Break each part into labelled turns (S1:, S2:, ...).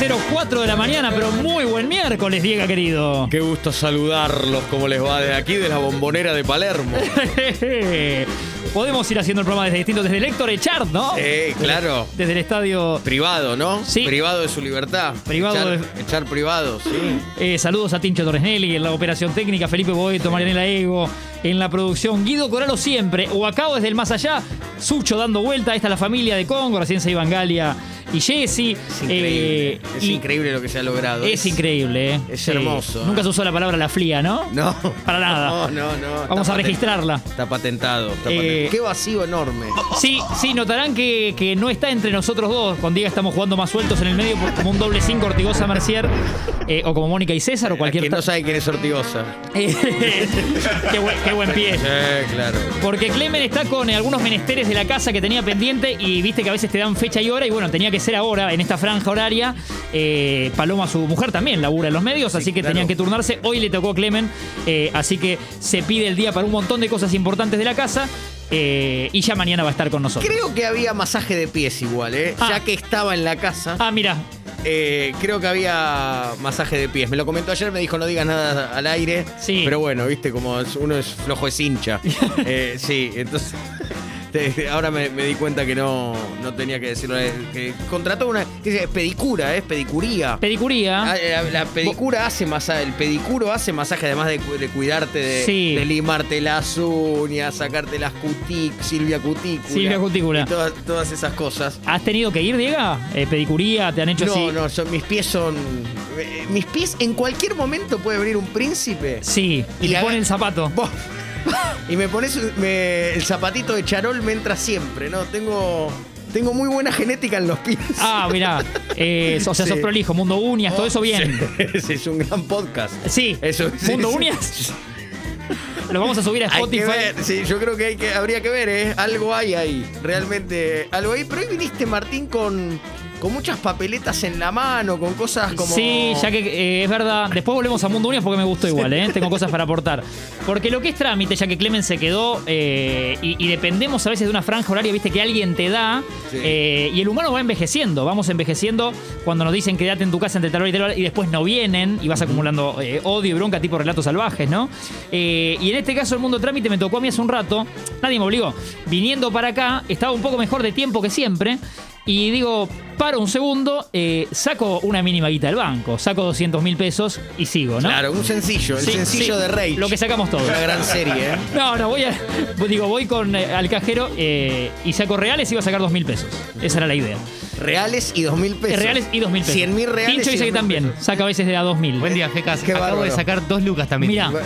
S1: 10.04 de la mañana, pero muy buen miércoles, Diego querido.
S2: Qué gusto saludarlos, como les va desde aquí, de la bombonera de Palermo.
S1: Podemos ir haciendo el programa desde distinto, desde el Héctor Echard, ¿no?
S2: Eh, claro.
S1: Desde el estadio.
S2: Privado, ¿no?
S1: Sí.
S2: Privado de su libertad.
S1: Privado
S2: Echar, echar privado, sí.
S1: Eh, saludos a Tincho Torres Nelly en la operación técnica, Felipe Boeto, Marianela Ego en la producción, Guido Coralo siempre, o acabo desde el más allá, Sucho dando vuelta, esta es la familia de Congo, recién se iban Galia y Jesse.
S2: Es increíble. es increíble lo que se ha logrado.
S1: Es increíble, ¿eh?
S2: Eh, es hermoso,
S1: Nunca
S2: ¿eh?
S1: se usó la palabra la fría, ¿no?
S2: No.
S1: Para nada.
S2: No, no, no. Está
S1: Vamos a
S2: paten-
S1: registrarla.
S2: Está patentado. está
S1: Eh,
S2: patentado. Qué vacío enorme.
S1: Sí, sí, notarán que, que no está entre nosotros dos. Con Diego estamos jugando más sueltos en el medio, por- como un doble 5 Ortigosa Mercier, eh, o como Mónica y César, o cualquier.
S2: Quien no
S1: ta-
S2: sabe quién es Ortigosa.
S1: Eh, qué, buen, qué buen pie.
S2: Eh, claro.
S1: Porque Clemen está con eh, algunos menesteres de la casa que tenía pendiente y viste que a veces te dan fecha y hora y bueno, tenía que ser ahora, en esta franja horaria. Eh, Paloma, su mujer, también labura en los medios, así que
S2: claro.
S1: tenían que turnarse. Hoy le tocó a Clemen, eh, así que se pide el día para un montón de cosas importantes de la casa eh, y ya mañana va a estar con nosotros.
S2: Creo que había masaje de pies igual, ¿eh?
S1: Ah.
S2: Ya que estaba en la casa.
S1: Ah, mira,
S2: Eh, creo que había masaje de pies. Me lo comentó ayer, me dijo no digas nada al aire.
S1: Sí.
S2: Pero bueno, viste, como es- uno es flojo es hincha. Eh, sí, entonces. te- Ahora me, me di cuenta que no, no tenía que decirlo. eh, Que contrató una. Dice, pedicura, es pedicuría.
S1: pedicuría.
S2: Ah, La, la pedicura hace masaje, el pedicuro hace masaje, además de, cu- de cuidarte, de,
S1: Sí.
S2: de limarte las uñas, sacarte las cutic, Silvia cutícula.
S1: Silvia Cutícula.
S2: y todas, todas esas cosas.
S1: ¿Has tenido que ir, Diego? Eh, ¿Pedicuría? ¿Te han hecho así?
S2: No, no, yo- mis pies son. eh, Mis pies, en cualquier momento puede venir un príncipe.
S1: Sí, y,
S2: Y
S1: le
S2: haga-
S1: ponen el zapato.
S2: Vos- Y me pones un- me- el zapatito de charol, me entra siempre, ¿no? Tengo, tengo muy buena genética en los pies.
S1: Ah, mirá. Eh, o sea, sos
S2: Sí.
S1: prolijo, mundo uñas, todo eso bien.
S2: Sí, ese es un gran podcast.
S1: Sí,
S2: Eso, sí,
S1: mundo
S2: sí.
S1: uñas. Lo vamos a subir a
S2: Hay que
S1: Spotify.
S2: ver, sí, yo creo que, hay que habría que ver, ¿eh? Algo hay ahí, realmente algo hay. Pero hoy viniste, Martín, con, con muchas papeletas en la mano, con cosas como...
S1: Sí, ya que eh, es verdad. Después volvemos a Mundo Uñas porque me gustó igual, ¿eh? Tengo cosas para aportar. Porque lo que es trámite, ya que Clemen se quedó eh, y, y dependemos a veces de una franja horaria, viste, que alguien te da.
S2: Sí.
S1: eh, y el humano va envejeciendo. Vamos envejeciendo cuando nos dicen quédate en tu casa entre tal hora y tal hora y después no vienen y vas acumulando eh, odio y bronca tipo relatos salvajes, ¿no? Eh, y en este caso el mundo trámite me tocó a mí hace un rato. Nadie me obligó. Viniendo para acá, estaba un poco mejor de tiempo que siempre. Y digo, paro un segundo, eh, saco una mínima guita del banco, saco 200 mil pesos y sigo, ¿no?
S2: Claro, un sencillo, el
S1: Sí,
S2: sencillo
S1: sí,
S2: de Rey.
S1: Lo que sacamos todos.
S2: Una gran serie, ¿eh?
S1: No, no, voy a. Digo, voy con eh, al cajero eh, y saco reales y iba a sacar dos mil pesos. Esa era la idea.
S2: Reales y dos mil pesos.
S1: Reales y dos mil pesos.
S2: 100 mil reales.
S1: Tincho
S2: y
S1: dice que
S2: 2.000
S1: también.
S2: pesos.
S1: Saca a veces de a dos mil.
S3: Buen día, Fecas.
S2: Qué
S3: Acabo
S2: bárbaro.
S3: de sacar dos lucas también.
S1: Mirá.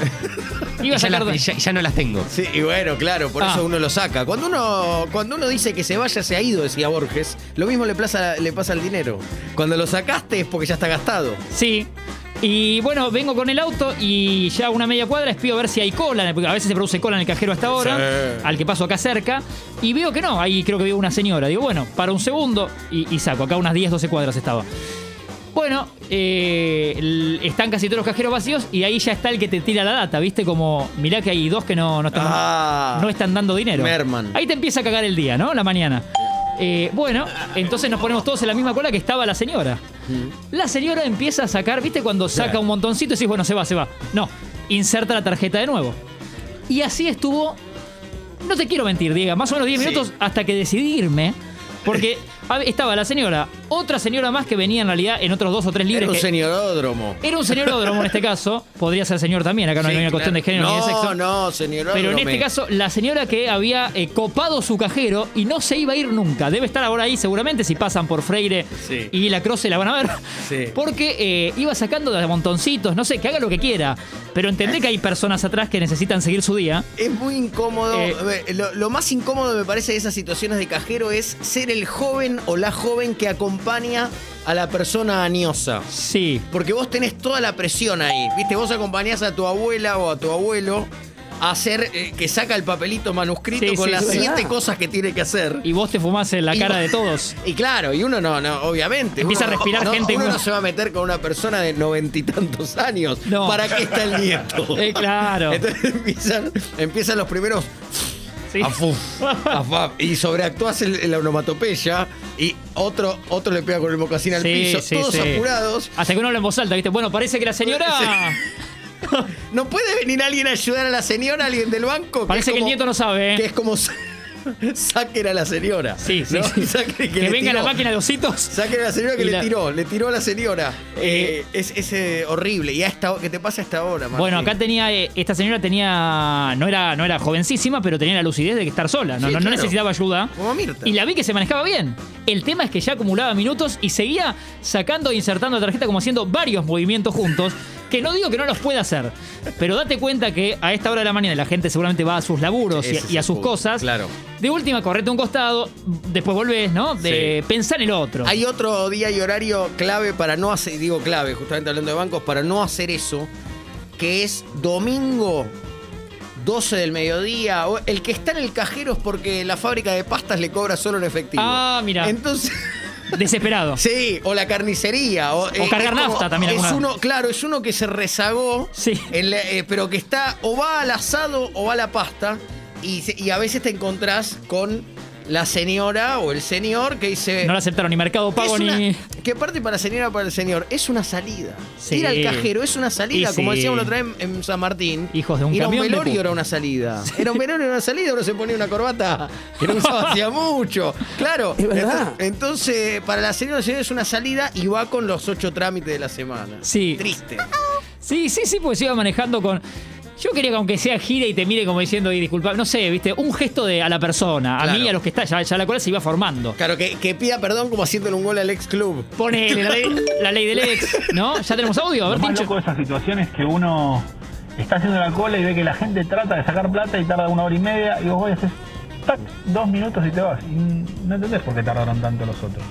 S1: Iba a
S3: Ya,
S1: sacar
S3: las-
S1: dos.
S3: ya- ya no las tengo.
S2: Sí, y bueno, claro, por
S1: Ah.
S2: eso uno lo saca. Cuando uno, cuando uno dice que se vaya, se ha ido, decía Borges, lo mismo le, plaza- le pasa al dinero. Cuando lo sacaste es porque ya está gastado.
S1: Sí. Y bueno, vengo con el auto y ya a una media cuadra espío a ver si hay cola, porque a veces se produce cola en el cajero hasta ahora,
S2: Sí.
S1: al que paso acá cerca, y veo que no, ahí creo que veo una señora. Digo, bueno, para un segundo y, y saco, acá unas 10, 12 cuadras estaba. Bueno, eh, el- están casi todos los cajeros vacíos y ahí ya está el que te tira la data, ¿viste? Como, mirá que hay dos que no, no están
S2: Ah.
S1: no están dando dinero.
S2: Merman.
S1: Ahí te empieza a cagar el día, ¿no? La mañana. Eh, bueno, entonces nos ponemos todos en la misma cola que estaba la señora. La señora empieza a sacar, ¿viste? Cuando saca
S2: Claro.
S1: un montoncito y decís, bueno, se va, se va. No, inserta la tarjeta de nuevo. Y así estuvo, no te quiero mentir, Diego, más o menos 10
S2: Sí.
S1: minutos hasta que decidirme. Porque a ver, estaba la señora, otra señora más que venía en realidad en otros dos o tres libres.
S2: Era un
S1: que-
S2: señoródromo.
S1: era un señoródromo en este caso. Podría ser señor también, acá no
S2: Sí,
S1: hay una
S2: claro.
S1: cuestión de género ni de sexo.
S2: No, no, señoródromo.
S1: Pero en este caso, la señora que había eh, copado su cajero y no se iba a ir nunca. Debe estar ahora ahí seguramente si pasan por Freire
S2: Sí.
S1: y la Croce la van a ver.
S2: Sí.
S1: Porque eh, iba sacando de montoncitos, no sé, que haga lo que quiera. Pero entendé que hay personas atrás que necesitan seguir su día.
S2: Es muy incómodo.
S1: Eh,
S2: A ver, lo, lo más incómodo me parece de esas situaciones de cajero es ser el joven o la joven que acompaña a la persona aniosa.
S1: Sí.
S2: Porque vos tenés toda la presión ahí. Viste, vos acompañás a tu abuela o a tu abuelo a hacer eh, que saca el papelito manuscrito
S1: Sí,
S2: con
S1: sí,
S2: las
S1: es
S2: siete cosas que tiene que hacer.
S1: Y vos te fumás en la
S2: Y
S1: cara
S2: vos-
S1: de todos.
S2: Y claro, y uno no, no, obviamente.
S1: Empieza
S2: Uno
S1: a respirar
S2: no-
S1: gente,
S2: Uno
S1: uno-
S2: no se va a meter con una persona de noventa y tantos años.
S1: No.
S2: ¿Para qué está el nieto? Este,
S1: Eh, claro.
S2: Entonces empiezan, empiezan los primeros
S1: Sí.
S2: Afuf, afaf. Y sobreactúas el, la onomatopeya y otro, otro le pega con el mocasín al
S1: Sí,
S2: piso,
S1: sí,
S2: todos
S1: sí.
S2: apurados.
S1: Hasta que uno habla en voz alta, ¿viste? Bueno, parece que la señora.
S2: ¿No puede venir alguien a ayudar a la señora, alguien del banco?
S1: Parece
S2: es
S1: que el
S2: como-
S1: nieto no sabe. ¿eh?
S2: Que es como sa- saquen a la señora.
S1: Sí, sí,
S2: ¿no?
S1: sí.
S2: Saquen
S1: Que
S2: le
S1: venga la
S2: tiró.
S1: máquina de ositos.
S2: Saquen a la señora que
S1: Y
S2: le
S1: la-
S2: tiró, le tiró a la señora.
S1: Eh,
S2: Eh, es es, eh, horrible. Y a esta, que te pasa a esta hora, Martín.
S1: Bueno, acá tenía. eh, Esta señora tenía. No era, no era jovencísima, pero tenía la lucidez de estar sola. No,
S2: Sí,
S1: no, no
S2: claro.
S1: necesitaba ayuda.
S2: Como Mirta.
S1: Y la vi que se manejaba bien. El tema es que ya acumulaba minutos y seguía sacando e insertando la tarjeta como haciendo varios movimientos juntos. Que no digo que no los pueda hacer, pero date cuenta que a esta hora de la mañana la gente seguramente va a sus laburos y,
S2: Ese es
S1: y a
S2: el
S1: sus
S2: punto,
S1: cosas.
S2: claro.
S1: De última, correte un costado, después volvés, ¿no? De pensar en el otro.
S2: Hay otro día y horario clave para no hacer, digo clave, justamente hablando de bancos, para no hacer eso, que es domingo 12 del mediodía. O- El que está en el cajero es porque la fábrica de pastas le cobra solo en efectivo.
S1: Ah, mira.
S2: Entonces.
S1: Desesperado.
S2: Sí, o la carnicería. O, eh,
S1: cargar
S2: es como-
S1: nafta también
S2: Es
S1: alguna vez.
S2: uno, claro, es uno que se rezagó,
S1: Sí.
S2: en la- eh, pero que está o va al asado o va a la pasta. Y, se- y a veces te encontrás con la señora o el señor que dice...
S1: No lo aceptaron ni Mercado Pago
S2: Es una-
S1: ni.
S2: Que aparte para la señora o para el señor, es una salida.
S1: Sí.
S2: Ir al cajero es una salida,
S1: Y
S2: como
S1: sí.
S2: decíamos la otra vez en, en San Martín.
S1: Hijos de un
S2: Ir a
S1: camión de
S2: un velorio
S1: puta.
S2: era una salida. Era un velorio, era una salida, uno se ponía una corbata que no usaba hacía mucho. Claro.
S3: Es verdad.
S2: Ento- Entonces, para la señora, la señora es una salida y va con los ocho trámites de la semana.
S1: Sí.
S2: Triste.
S1: Sí, sí, sí, porque se iba manejando con. Yo quería que aunque sea gira y te mire como diciendo, y disculpa, no sé, viste, un gesto de a la persona, a
S2: Claro.
S1: mí, a los que está, ya, ya la cola se iba formando.
S2: Claro, que, que pida perdón como haciéndole un gol al ex club.
S1: Pone la ley, la ley del ex, ¿no? Ya tenemos audio, a ver,
S4: Lo más
S1: Tincho.
S4: loco de esas situaciones que uno está haciendo la cola y ve que la gente trata de sacar plata y tarda una hora y media y vos voy a hacer dos minutos y te vas. Y no entendés por qué tardaron tanto los otros.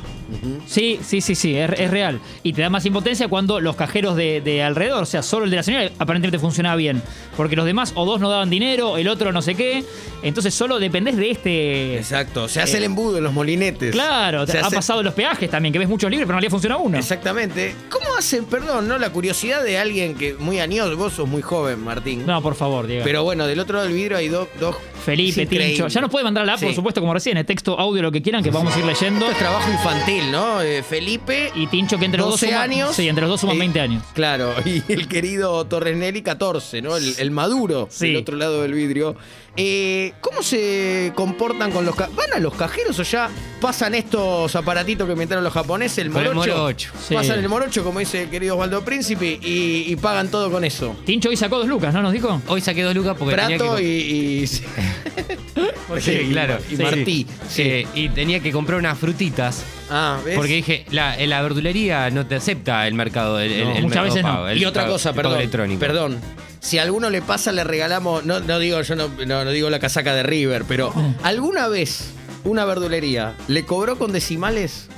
S1: Sí, sí, sí, sí, es, es real. Y te da más impotencia cuando los cajeros de, de alrededor, o sea, solo el de la señora aparentemente funcionaba bien. Porque los demás, o dos no daban dinero, el otro no sé qué. Entonces solo dependés de este.
S2: Exacto. Se hace el embudo en los molinetes.
S1: Claro,
S2: Se
S1: ha
S2: hace-
S1: pasado los peajes también, que ves muchos libres, pero en realidad funciona uno.
S2: Exactamente. ¿Cómo hacen, perdón, no? La curiosidad de alguien que muy añoso, vos sos muy joven, Martín.
S1: No, por favor, Diego.
S2: Pero bueno, del otro lado del vidrio hay dos. dos
S1: Felipe,
S2: es increíble.
S1: Tincho. Ya nos puede mandar la app,
S2: Sí.
S1: por supuesto, como recién, el texto, audio, lo que quieran, que vamos a ir leyendo.
S2: Esto es trabajo infantil, ¿no? Eh, Felipe.
S1: Y Tincho, que entre los dos
S2: 12
S1: suman-
S2: años.
S1: Sí, entre los dos suman
S2: Eh,
S1: 20 años.
S2: Claro, y el querido Torres Nelly, 14, ¿no? El, el maduro
S1: Sí.
S2: del otro lado del vidrio. Eh, ¿Cómo se comportan con los ca- ¿Van a los cajeros o ya pasan estos aparatitos que inventaron los japoneses, el
S5: Con
S2: morocho?
S5: el morocho.
S1: Sí.
S2: Pasan el morocho, como dice el querido Osvaldo Príncipe, y, y pagan todo con eso.
S1: Tincho hoy sacó dos lucas, ¿no nos dijo?
S5: Hoy saqué dos lucas porque tenía
S2: Prato
S5: que...
S2: y, y-
S5: Porque- claro.
S2: y
S5: Sí.
S2: Martí.
S5: Eh, y tenía que comprar unas frutitas.
S2: Ah, ¿ves?
S5: Porque dije, la, en la verdulería no te acepta el mercado. El,
S1: No.
S5: el- el
S1: Muchas
S5: mercado
S1: veces no.
S5: pago, el
S2: y otra
S5: pago-
S2: cosa,
S5: el pago
S2: perdón.
S5: electrónico.
S2: Perdón. Si a alguno le pasa, le regalamos. No, no digo, yo no, no- no digo la casaca de River, pero
S1: Oh.
S2: ¿alguna vez una verdulería le cobró con decimales?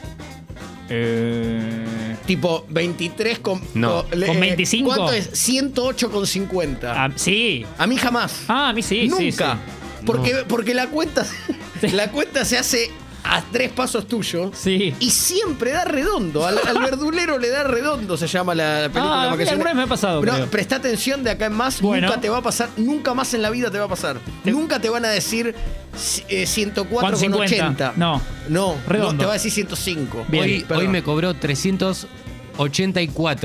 S2: Eh. Tipo 23 con.
S5: No.
S2: le-
S1: ¿Con
S2: eh,
S1: 25?
S2: ¿Cuánto es? 108 con 50.
S1: Ah, sí.
S2: A mí jamás.
S1: Ah, a mí sí. sí,
S2: Nunca.
S1: sí.
S2: Porque, porque la cuenta.
S1: Sí.
S2: La cuenta se hace a tres pasos tuyos.
S1: Sí.
S2: Y siempre da redondo. Al, al verdulero le da redondo, se llama la, la película.
S1: Ah, a mí
S2: vacaciones.
S1: alguna vez me ha pasado,
S2: Pero
S1: creo.
S2: presta atención de acá en más.
S1: Bueno.
S2: Nunca te va a pasar. Nunca más en la vida te va a pasar.
S1: Te-
S2: Nunca te van a decir eh, 104
S1: ¿Cuánto?
S2: con
S1: 50.
S2: 80.
S1: No.
S2: No,
S1: Redondo.
S2: no, te va a decir 105.
S1: Bien.
S5: hoy,
S2: perdón.
S5: hoy me cobró 384.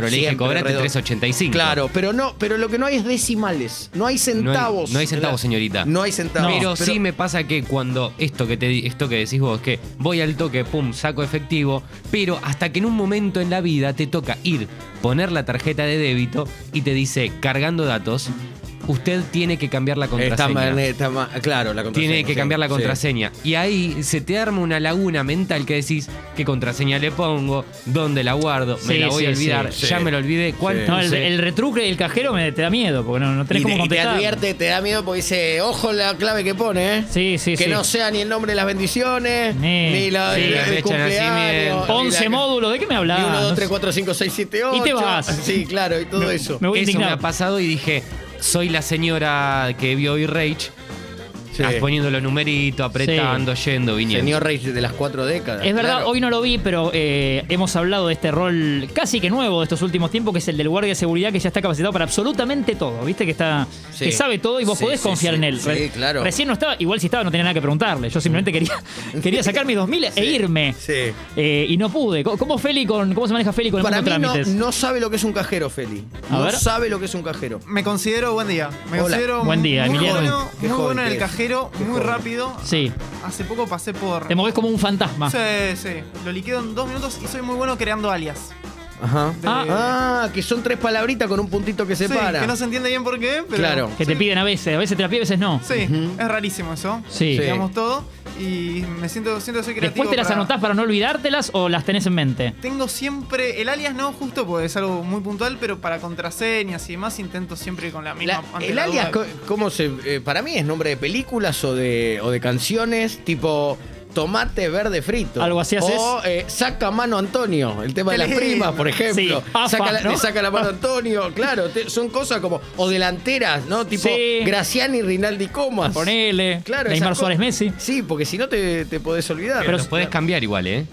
S5: Le dije,
S2: Siempre
S5: cobrate
S2: redondo.
S5: 385.
S2: Claro, pero no, pero lo que no hay es decimales. No hay centavos.
S5: no hay centavos, señorita.
S2: No hay centavos.
S5: pero, sí me pasa que cuando esto que te di- esto que decís vos, que voy al toque, pum, saco efectivo, pero hasta que en un momento en la vida te toca ir, poner la tarjeta de débito y te dice, cargando datos, usted tiene que cambiar la
S2: Está
S5: contraseña.
S2: mal, está mal. Claro, la contraseña.
S5: Tiene que
S2: sí,
S5: cambiar la
S2: sí.
S5: contraseña. Y ahí se te arma una laguna mental que decís, ¿qué contraseña le pongo? ¿Dónde la guardo? ¿Me
S1: Sí,
S5: la voy a
S1: sí,
S5: olvidar?
S1: sí,
S5: ya
S2: sí.
S5: me la olvidé. ¿Cuál?
S2: Sí.
S1: No, el,
S5: puse?
S1: el retruque del cajero me, te da miedo, porque no, no tenés
S2: Y
S1: cómo
S2: te, y te
S1: contestar.
S2: advierte, te da miedo porque dice, ojo la clave que pone, ¿eh?
S1: Sí, sí,
S2: que
S1: sí.
S2: no sea ni el nombre de las bendiciones,
S1: Ni-
S2: ni, la,
S1: sí.
S2: el-
S1: La
S2: el
S5: fecha de
S2: cumpleaños.
S5: nacimiento.
S1: 11
S2: módulos.
S1: módulos, ¿de qué me hablás?
S2: Y 1, 2,
S1: No
S2: 3,
S1: sé.
S2: 4, 5, 6, 7, 8.
S1: Y te vas.
S2: Sí, claro, y todo
S1: Me-
S2: eso.
S1: me voy
S5: Eso me
S1: indignado.
S5: ha pasado y dije, soy la señora que vio hoy Rage.
S2: Sí.
S5: Ah, poniendo los numeritos, apretando, yendo, viniendo.
S2: Señor Reyes de las cuatro décadas.
S1: Es verdad,
S2: claro.
S1: hoy no lo vi, pero eh, hemos hablado de este rol casi que nuevo de estos últimos tiempos, que es el del guardia de seguridad que ya está capacitado para absolutamente todo, ¿viste? Que está
S2: Sí.
S1: que sabe todo y vos
S2: Sí,
S1: podés
S2: sí,
S1: confiar
S2: sí.
S1: en él.
S2: Sí, claro.
S1: Recién no estaba, igual si estaba no tenía nada que preguntarle. Yo simplemente quería, quería sacar mis 2000 e irme.
S2: Sí.
S1: Eh, y no pude. ¿Cómo, cómo Feli con, ¿Cómo se maneja Feli con
S2: Para
S1: el mundo
S2: mí
S1: de
S2: no,
S1: trámites?
S2: no sabe lo que es un cajero, Feli.
S1: A
S2: no
S1: ver.
S2: sabe lo que es un cajero.
S3: Me considero, buen día. Me
S2: Hola.
S3: considero
S1: Buen día,
S3: muy
S1: Emiliano.
S3: bueno,
S2: Qué
S3: muy
S2: joven
S3: bueno en
S2: que
S3: el
S2: es.
S3: cajero,
S2: Qué
S3: muy
S2: joven.
S3: rápido.
S1: Sí.
S3: Hace poco pasé por.
S1: Te movés como un fantasma.
S3: Sí, sí. Lo liquido en dos minutos y soy muy bueno creando alias.
S2: Ajá.
S1: Ah.
S3: Ah,
S2: Ah, que son tres palabritas con un puntito que
S3: sí,
S2: separa.
S3: que no se entiende bien por qué, pero.
S2: Claro.
S1: Que te
S3: sí.
S1: piden a veces, a veces te la piden, a veces no.
S3: Sí, es rarísimo eso.
S1: Sí.
S2: Sí.
S3: Digamos todo. Y me siento, siento que soy creativo.
S1: Después te las
S3: para-
S1: anotás para no olvidártelas o las tenés en mente.
S3: Tengo siempre. El alias no, justo porque es algo muy puntual, pero para contraseñas y demás intento siempre ir con la
S2: La-
S3: misma. ante
S2: el
S3: la
S2: alias,
S3: duda.
S2: co- ¿cómo se.? eh, para mí es nombre de películas o de, o de canciones, tipo tomate verde frito.
S1: Algo así haces.
S2: O eh, saca mano Antonio, el tema de
S3: Qué
S2: las
S3: lindo.
S2: primas, por ejemplo.
S1: Sí, AFA,
S2: saca la,
S1: ¿no?
S2: Le saca la mano Antonio, claro. te- son cosas como. O delanteras, ¿no? Tipo
S1: Sí.
S2: Graciani, Rinaldi Comas.
S1: Ponele.
S2: Claro,
S1: Neymar
S2: esas
S1: Suárez
S2: co-
S1: Messi.
S2: Sí, porque si no te, te podés olvidar.
S5: Pero los podés cambiar igual, ¿eh?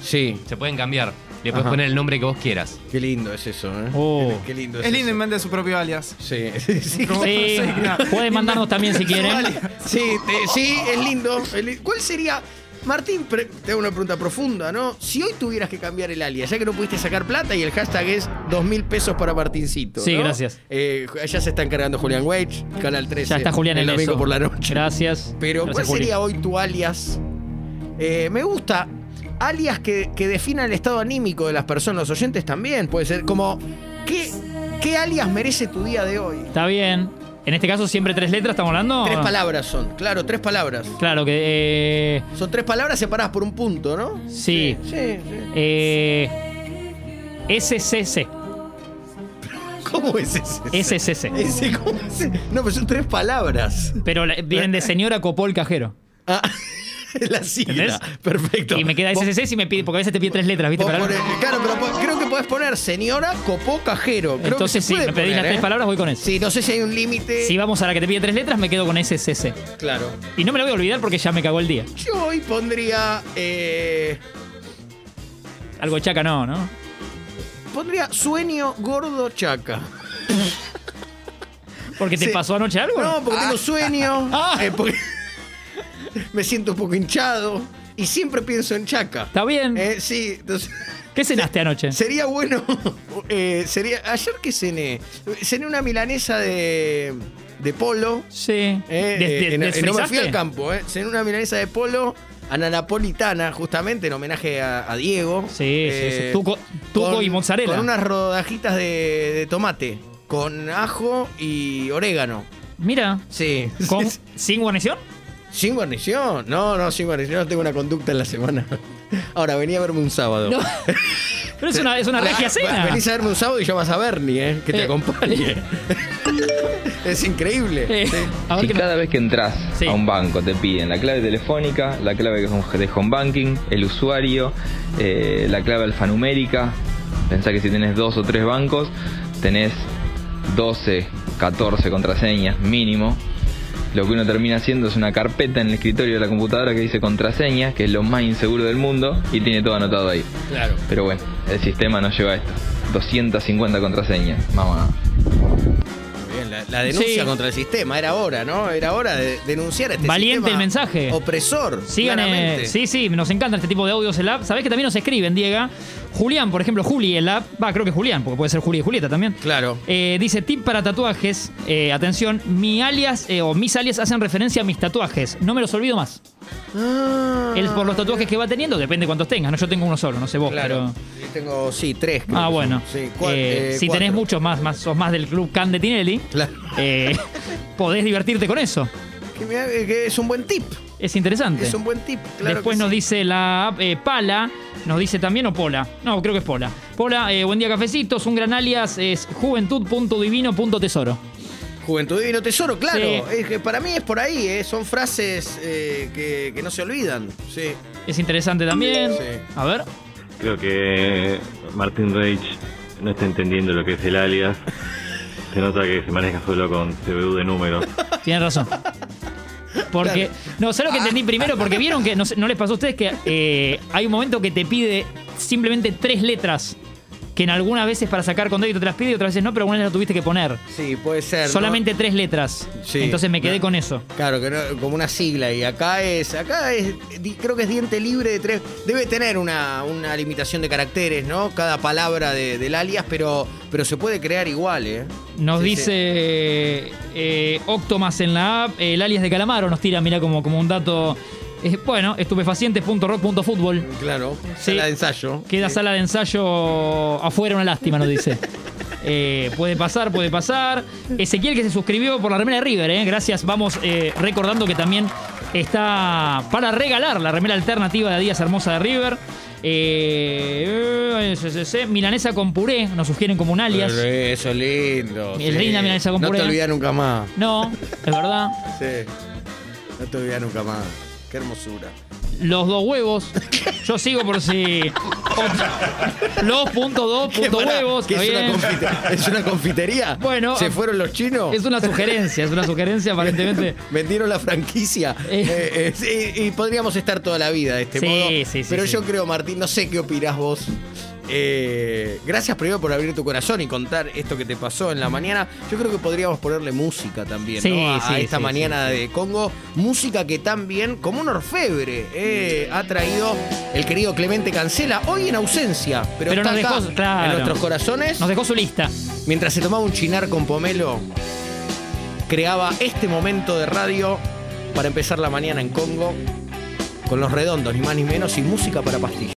S2: Sí,
S5: Se pueden cambiar. Le podés
S2: Ajá.
S5: poner el nombre que vos quieras.
S2: qué lindo es eso, ¿eh?
S1: Oh.
S2: Qué lindo es,
S3: Es lindo
S2: eso.
S3: inventar su propio alias.
S2: Sí, sí, sí.
S1: Sí, pueden mandarnos también si quieren.
S2: Sí, te- sí, es lindo. es li- ¿Cuál sería, Martín, pre- te hago una pregunta profunda, ¿no? Si hoy tuvieras que cambiar el alias, ya que no pudiste sacar plata y el hashtag es dos mil pesos para Martincito.
S1: Sí,
S2: ¿no?
S1: gracias.
S2: Eh, ya se está encargando Julián Wage, Canal 13.
S1: Ya está Julián
S2: el
S1: en
S2: domingo
S1: eso.
S2: por la noche.
S1: Gracias.
S2: Pero, ¿cuál
S1: Gracias, Juli.
S2: sería hoy tu alias? Eh, me gusta. Alias que, que defina el estado anímico de las personas, los oyentes también. Puede ser como, ¿qué, qué alias merece tu día de hoy?
S1: Está bien. En este caso, siempre tres letras, ¿estamos hablando?
S2: Tres palabras son, claro, tres palabras.
S1: Claro que. eh,
S2: Son tres palabras separadas por un punto, ¿no?
S1: sí.
S2: Sí, sí.
S1: Eh, SCC.
S2: ¿Cómo es ese?
S1: SCC.
S2: Ese, ¿cómo es ese? No, pero son tres palabras.
S1: Pero la- vienen de señora Copol Cajero.
S2: Ah, la sigla.
S1: ¿Entendés?
S2: Perfecto.
S1: Y me queda
S2: Vos-
S1: SCC si me pide, porque a veces te pide tres letras, ¿viste?
S2: vos
S1: Para-
S2: ponés- claro, pero po- creo que podés poner señora copó cajero. Creo que
S1: Entonces,
S2: se
S1: sí,
S2: puede
S1: me pedís
S2: poner,
S1: las tres
S2: ¿eh?
S1: palabras, voy con eso.
S2: Sí, no sé si hay un límite.
S1: Si vamos a la que te pide tres letras, me quedo con SCC.
S2: Claro.
S1: Y no me la voy a olvidar porque ya me cagó el día.
S2: Yo hoy pondría. eh,
S1: Algo chaca no, ¿no?
S2: pondría sueño gordo chaca.
S1: Porque te
S2: Sí.
S1: pasó anoche algo.
S2: No, porque tengo sueño.
S1: Ah.
S2: eh, porque- me siento un poco hinchado. Y siempre pienso en chaca.
S1: Está bien.
S2: Eh, sí, entonces.
S1: ¿Qué cenaste anoche?
S2: Sería bueno. eh, sería. Ayer que cené. Cené una milanesa de. de polo.
S1: Sí.
S2: eh,
S1: ¿Des-
S2: eh,
S1: des-
S2: en- eh, no me fui
S1: desfrizaste?
S2: al campo, eh. Cené una milanesa de polo. A la napolitana, justamente, en homenaje a, a Diego.
S1: Sí, sí,
S2: Eh,
S1: sí. Tuco, tuco
S2: con-
S1: y mozzarella.
S2: Con unas rodajitas de, de tomate. Con ajo y orégano.
S1: Mira.
S2: Sí.
S1: ¿Con,
S2: Sí, sí.
S1: ¿Sin guarnición?
S2: ¿Sin guarnición? No, no, sin guarnición. No tengo una conducta en la semana. Ahora, venía a verme un sábado.
S1: No. Pero es una, es una
S2: Ah,
S1: regia cena.
S2: Venís a verme un sábado y llamas a Bernie, ¿eh? Que te
S1: Eh.
S2: acompañe. es increíble.
S1: Eh, a ver
S6: Si
S1: qué nos-
S6: cada vez que entras
S1: Sí.
S6: a un banco te piden la clave telefónica, la clave de home banking, el usuario, eh, la clave alfanumérica, pensá que si tenés dos o tres bancos, tenés 12, 14 contraseñas mínimo. Lo que uno termina haciendo es una carpeta en el escritorio de la computadora que dice contraseña, que es lo más inseguro del mundo, y tiene todo anotado ahí.
S2: Claro.
S6: Pero bueno, el sistema nos lleva a esto. 250 contraseñas, mamá.
S2: Muy bien, la, la denuncia
S1: Sí.
S2: contra el sistema. Era hora, ¿no? Era hora de denunciar a este
S1: Valiente
S2: sistema
S1: el mensaje.
S2: Opresor.
S1: Sigan, eh,
S2: claramente.
S1: sí, sí, nos encantan este tipo de audios en la app. Sabés que también nos escriben, Diego. Julián, por ejemplo, Juli en la app. Va, creo que Julián, porque puede ser Juli y Julieta también.
S2: Claro.
S1: Eh, dice, tip para tatuajes. Eh, atención, mi alias eh, o mis alias hacen referencia a mis tatuajes. No me los olvido más.
S2: Ah,
S1: Él por los tatuajes que va teniendo, depende cuántos tengas. No, yo tengo uno solo, no sé vos,
S2: Claro.
S1: pero...
S2: Yo tengo, sí, tres. creo que
S1: Ah,
S2: son.
S1: bueno.
S2: Sí, cua-
S1: Eh,
S2: eh,
S1: si tenés
S2: cuatro.
S1: muchos más, más, sos más del club Can de Tinelli,
S2: Claro.
S1: eh, podés divertirte con eso.
S2: Que me ha- que es un buen tip.
S1: Es interesante.
S2: Es un buen tip. Claro
S1: Después
S2: que
S1: nos
S2: sí.
S1: dice la app, eh, Pala, nos dice también, o Pola. No, creo que es Pola. Pola, eh, buen día, cafecitos. Un gran alias es juventud.divino.tesoro.
S2: Juventud Divino Tesoro, claro.
S1: Sí.
S2: Es que para mí es por ahí, ¿eh? son frases eh, que, que no se olvidan. Sí.
S1: Es interesante también.
S2: Sí.
S1: A ver.
S7: Creo que Martin Reich no está entendiendo lo que es el alias. Se nota que se maneja solo con CBU de números.
S1: Tienes razón. Porque, no, ¿sabes lo que entendí primero? Porque vieron que, no, sé- no les pasó a ustedes que eh, hay un momento que te pide simplemente tres letras que en algunas veces para sacar con débito te las pide y otras veces no, pero algunas las tuviste que poner.
S2: Sí, puede ser. ¿no?
S1: Solamente tres letras.
S2: Sí.
S1: Entonces me quedé
S2: No.
S1: con eso.
S2: Claro, que no- como una sigla. Y acá es. Acá es. di- Creo que es diente libre de tres. Debe tener una, una limitación de caracteres, ¿no? Cada palabra de- del alias, pero, pero se puede crear igual, ¿eh?
S1: Nos
S2: Sí, sí.
S1: dice eh, Octomas en la app, el alias de Calamaro nos tira, mira como, como un dato. eh, bueno, estupefacientes.rock.fútbol.
S2: Claro.
S1: Sí.
S2: Sala de ensayo.
S1: Queda sala de ensayo afuera, una lástima, nos dice. Eh, puede pasar, puede pasar. Ezequiel que se suscribió por la remera de River, eh, gracias. Vamos eh, recordando que también está para regalar la remera alternativa de Díaz Hermosa de River. Eh, eh, sí, sí, sí. milanesa con puré, nos sugieren como un alias.
S2: Eh, Eso es lindo.
S1: Es linda, mira, esa con
S2: No te
S1: puré.
S2: olvidas nunca más.
S1: No, es verdad.
S2: Sí. No te olvidas nunca más. Qué hermosura.
S1: Los dos huevos. Yo sigo por si. Ot- Los punto dos
S2: ¿Qué,
S1: punto
S2: pará?
S1: huevos.
S2: ¿Qué
S1: está
S2: es, una
S1: bien.
S2: confite- ¿Es una confitería?
S1: Bueno, ah,
S2: ¿Se
S1: a-
S2: fueron los chinos?
S1: Es una sugerencia, es una sugerencia aparentemente.
S2: Vendieron la franquicia.
S1: Eh.
S2: Eh, eh, sí, y, podríamos estar toda la vida de este
S1: Sí,
S2: modo.
S1: sí, sí,
S2: Pero
S1: sí.
S2: yo creo, Martín, no sé qué opinás vos. Eh, gracias primero por abrir tu corazón y contar esto que te pasó en la mañana. Yo creo que podríamos ponerle música también
S1: Sí,
S2: ¿no? a, a
S1: sí,
S2: esta
S1: sí,
S2: mañana de Congo. Música que tan bien, como un orfebre, eh, ha traído el querido Clemente Cancela, hoy en ausencia, pero,
S1: Pero
S2: está
S1: nos
S2: acá
S1: dejó- claro.
S2: en nuestros corazones.
S1: Nos dejó su lista.
S2: Mientras se tomaba un chinar con pomelo, creaba este momento de radio para empezar la mañana en Congo con los redondos, ni más ni menos, y música para pastillas.